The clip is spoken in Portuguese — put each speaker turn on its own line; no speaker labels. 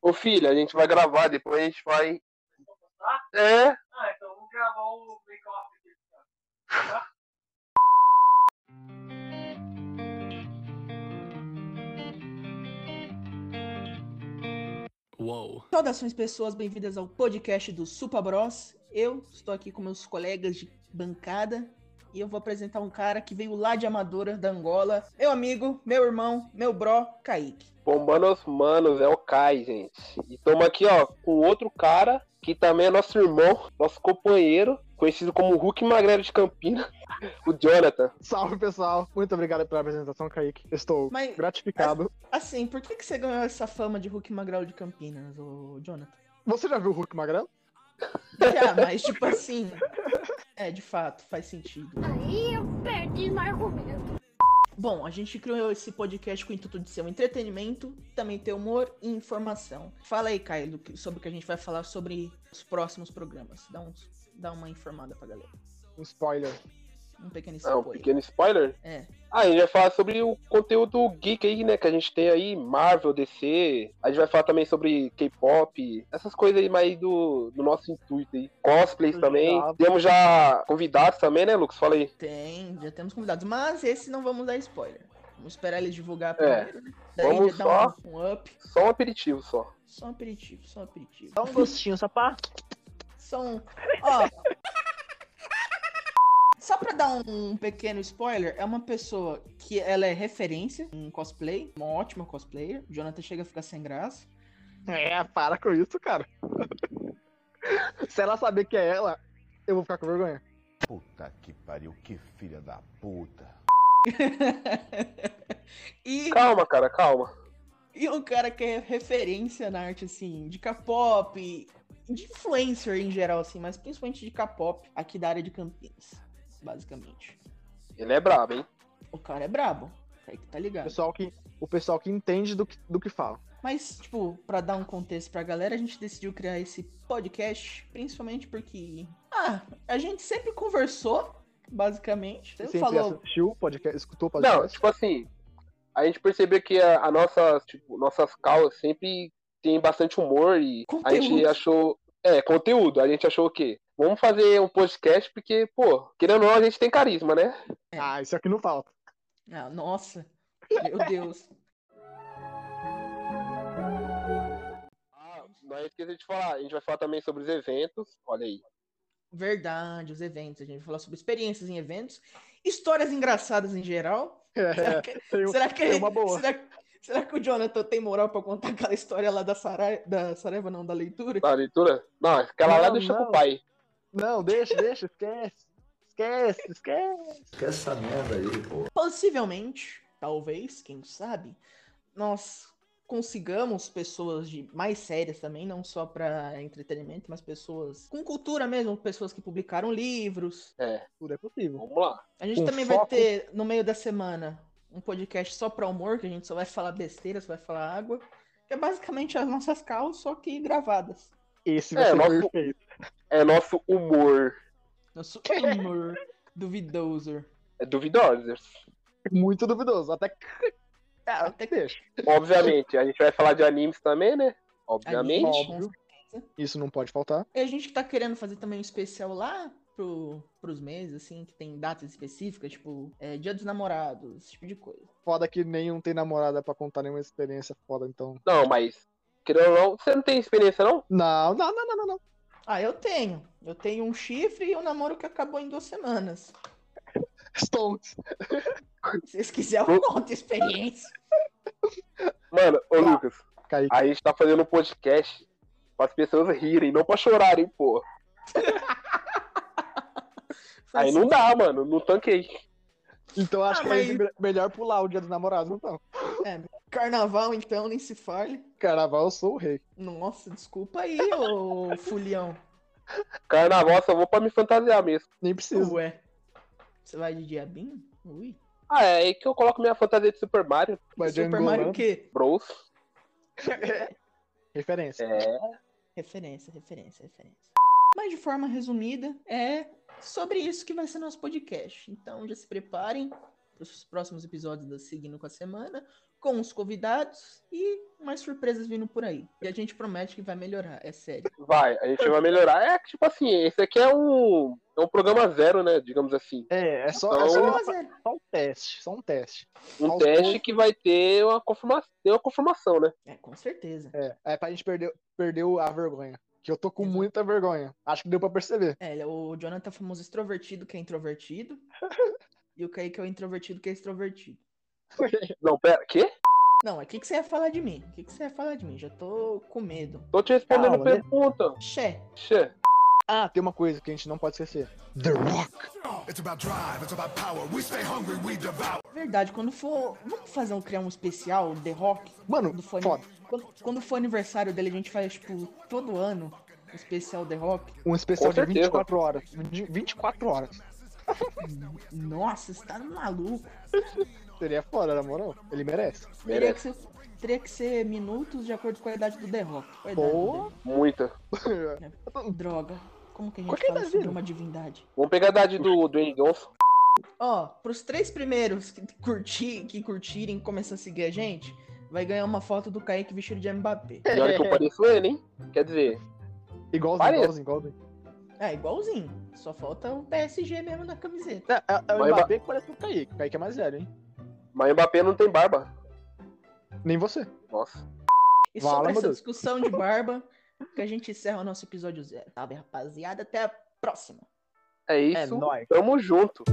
Ô filho, a gente vai gravar, depois a gente vai. É,
Ah, então vamos gravar o make-off aqui.
Uou.
Saudações, pessoas, bem-vindas ao podcast do Supa Bros. Eu estou aqui com meus colegas de bancada e eu vou apresentar um cara que veio lá de Amadora, da Angola. Meu amigo, meu irmão, meu bro, Kaique.
bombando os manos, é o Kai, gente. E tamo aqui, ó, com outro cara, que também é nosso irmão, nosso companheiro, conhecido como Hulk Magrelo de Campina, o Jonathan.
Salve, pessoal. Muito obrigado pela apresentação, Kaique. Estou
Mas,
gratificado.
assim, por que, que você ganhou essa fama de Hulk Magrão de Campinas, ô Jonathan?
Você já viu o Hulk Magrelo?
Já, mas tipo assim. É, de fato, faz sentido.
Aí eu perdi no argumento.
Bom, a gente criou esse podcast com o intuito de ser um entretenimento, também ter humor e informação. Fala aí, Caio, do que- sobre o que a gente vai falar sobre os próximos programas. Dá, uns, dá uma informada pra galera.
Um spoiler.
Um pequeno
Ah, um
spoiler.
pequeno spoiler.
É.
Ah, a gente vai falar sobre o conteúdo geek aí, né? Que a gente tem aí, Marvel, DC. A gente vai falar também sobre K-pop, essas coisas aí mais do, do nosso intuito aí. Cosplays também.
Legal.
Temos já convidados também, né, Lucas? Fala aí.
Tem, já temos convidados, mas esse não vamos dar spoiler. Vamos esperar eles divulgar
É.
primeiro. né? Daí
Vamos
já dá um, um up.
Só um aperitivo só.
Só um aperitivo, só um aperitivo.
Dá um gostinho, só pra.
Só um. Ó. Só pra dar um pequeno spoiler, é uma pessoa que ela é referência em cosplay, uma ótima cosplayer. Jonathan chega a ficar sem graça.
É, para com isso, cara. Se ela saber que é ela, eu vou ficar com vergonha.
Puta que pariu, que filha da puta.
E,
Calma, cara, calma.
e um cara que é referência na arte, assim, de K-pop, de influencer em geral, assim, mas principalmente de K-pop, aqui da área de Campinas, basicamente.
Ele é brabo, hein?
O cara é brabo, aí que tá
O
ligado.
pessoal que, o pessoal que entende do que, do que fala.
Mas, tipo, pra dar um contexto pra galera, a gente decidiu criar esse podcast, principalmente porque. Ah, a gente sempre conversou, basicamente. Sempre
Sempre
falou.
assistiu o podcast, escutou o
Não,
podcast.
tipo assim, a gente percebeu que a, a nossa, tipo, nossas causas sempre tem bastante humor e a gente
Conteúdo.
achou. É, conteúdo. A gente achou o quê? Vamos fazer um podcast porque, pô, querendo ou não, a gente tem carisma, né?
Ah, isso aqui não falta.
Ah, nossa, meu Deus.
Ah, não esqueci de falar. A gente vai falar também sobre os eventos. Olha aí.
Verdade, os eventos. A gente vai falar sobre experiências em eventos, histórias engraçadas em geral.
É,
Será que,
tem,
será que-
tem uma boa.
será que- será que o Jonathan tem moral pra contar aquela história lá da, Sarai, da Saraiva, não, da leitura?
Na Tá, leitura? Não, aquela lá
Não,
deixa
não.
pro pai.
Não, deixa, deixa, esquece. Esquece, esquece.
Possivelmente, talvez, quem sabe, nós consigamos pessoas de mais sérias também, não só para entretenimento, mas pessoas com cultura mesmo, pessoas que publicaram livros.
Tudo é possível.
Vamos lá.
A gente
Com
também vai
foco.
ter no meio da semana um podcast só para humor, que a gente só vai falar besteira, só vai falar água, que é basicamente as nossas calls, só que gravadas.
Esse vai
É,
ser
nosso-
perfeito.
É nosso humor.
Nosso humor duvidoso.
É duvidoso.
Muito duvidoso. Até que. Ah,
Até que-
deixa.
Obviamente. A gente vai falar de animes também, né? Obviamente.
Animes. com
Óbvio. Isso não pode faltar.
E a gente tá querendo fazer também um especial lá pro, pros meses, assim, que tem datas específicas, tipo, é, Dia dos Namorados, esse tipo de coisa.
Foda que nenhum tem namorada pra contar nenhuma experiência foda, então.
Não, mas. Querendo ou não, você não tem experiência, não?
Não, não, não, não, não, não.
Ah, eu tenho. Eu tenho um chifre e um namoro que acabou em duas semanas.
Stonks.
Se vocês quiserem, eu conto a experiência.
Mano, ô Lucas,
Kaique.
a gente tá fazendo um podcast para as pessoas rirem, não pra chorarem, pô.
Foi
Aí
assim.
não dá, mano, não tanquei.
Então acho
Ah,
que
mas-
é me- melhor pular o dia dos namorados, então.
Carnaval, então, nem se fale.
Carnaval, eu sou o rei.
Nossa, desculpa aí, ô fulião.
Carnaval só vou pra me fantasiar mesmo.
Nem precisa.
Ué. Você vai de diabinho? Ui.
Ah, é aí que eu coloco minha fantasia de Super Mario
Mas de
Super Mario
angolano-
o quê?
Bros.
Referência.
É,
Referência, referência, referência. Mas de forma resumida, é sobre isso que vai ser nosso podcast. Então já se preparem os próximos episódios da Seguindo com a Semana, com os convidados e mais surpresas vindo por aí. E a gente promete que vai melhorar, é sério.
Vai, a gente vai melhorar. É que, tipo assim, esse aqui é um, é um programa zero, né? Digamos assim.
É, é só,
Então-
é só,
Vamos
uma-
fazer.
só um teste, só um teste.
Um
Aos
teste
poucos.
que vai ter uma confirmação, uma confirmação, né?
É, com certeza.
É, é pra gente perder, perder o- a vergonha. Que eu tô com muita vergonha. Acho que deu pra perceber.
É, ele é o Jonathan é o famoso extrovertido que é introvertido. e o Kaique é o introvertido que é extrovertido.
Não, pera, quê?
Não, mas o que, que você ia falar de mim? O que, que você ia falar de mim? Já tô com medo.
Tô te respondendo
Calma,
a
né?
pergunta.
Xé,
Xê.
Ah, tem uma coisa que a gente não pode esquecer. The Rock.
It's about drive, it's about power. We stay hungry, we devour.
verdade, quando for. Vamos fazer um criar um especial, The Rock?
Mano,
Quando for,
foda.
quando, quando for aniversário dele, a gente faz, tipo, todo ano um especial The Rock.
Um especial
Com
de
certeza.
24 horas. De 24 horas.
Nossa, você tá maluco.
Seria foda, na moral. Ele merece.
Teria
Merece.
que, ser, teria que ser minutos de acordo com a idade do The Rock. Qual a idade do
Ou.
Muita.
Droga. Como que a gente
Qual que é a
fala
idade
sobre
dele?
uma divindade?
Vamos pegar a idade do Dwayne Johnson.
Ó, pros três primeiros que, curti, que curtirem e começar a seguir a gente, vai ganhar uma foto do Kaique vestido de Mbappé.
E olha que eu pareço ele, hein? Quer dizer,
Igualzinho,
Parece.
igualzinho, igualzinho.
É, igualzinho. Só falta um PSG mesmo na camiseta.
É, é, é o
Mas-
Mbappé que parece com o Kaique. O Kaique é mais velho, hein?
mas o Mbappé não tem barba.
Nem você.
Nossa.
E
Fala,
sobre
meu
essa
Deus.
discussão de barba, que a gente encerra o nosso episódio zero. Tá, bem, rapaziada? Até a próxima.
É
É
isso.
nóis.
Tamo junto.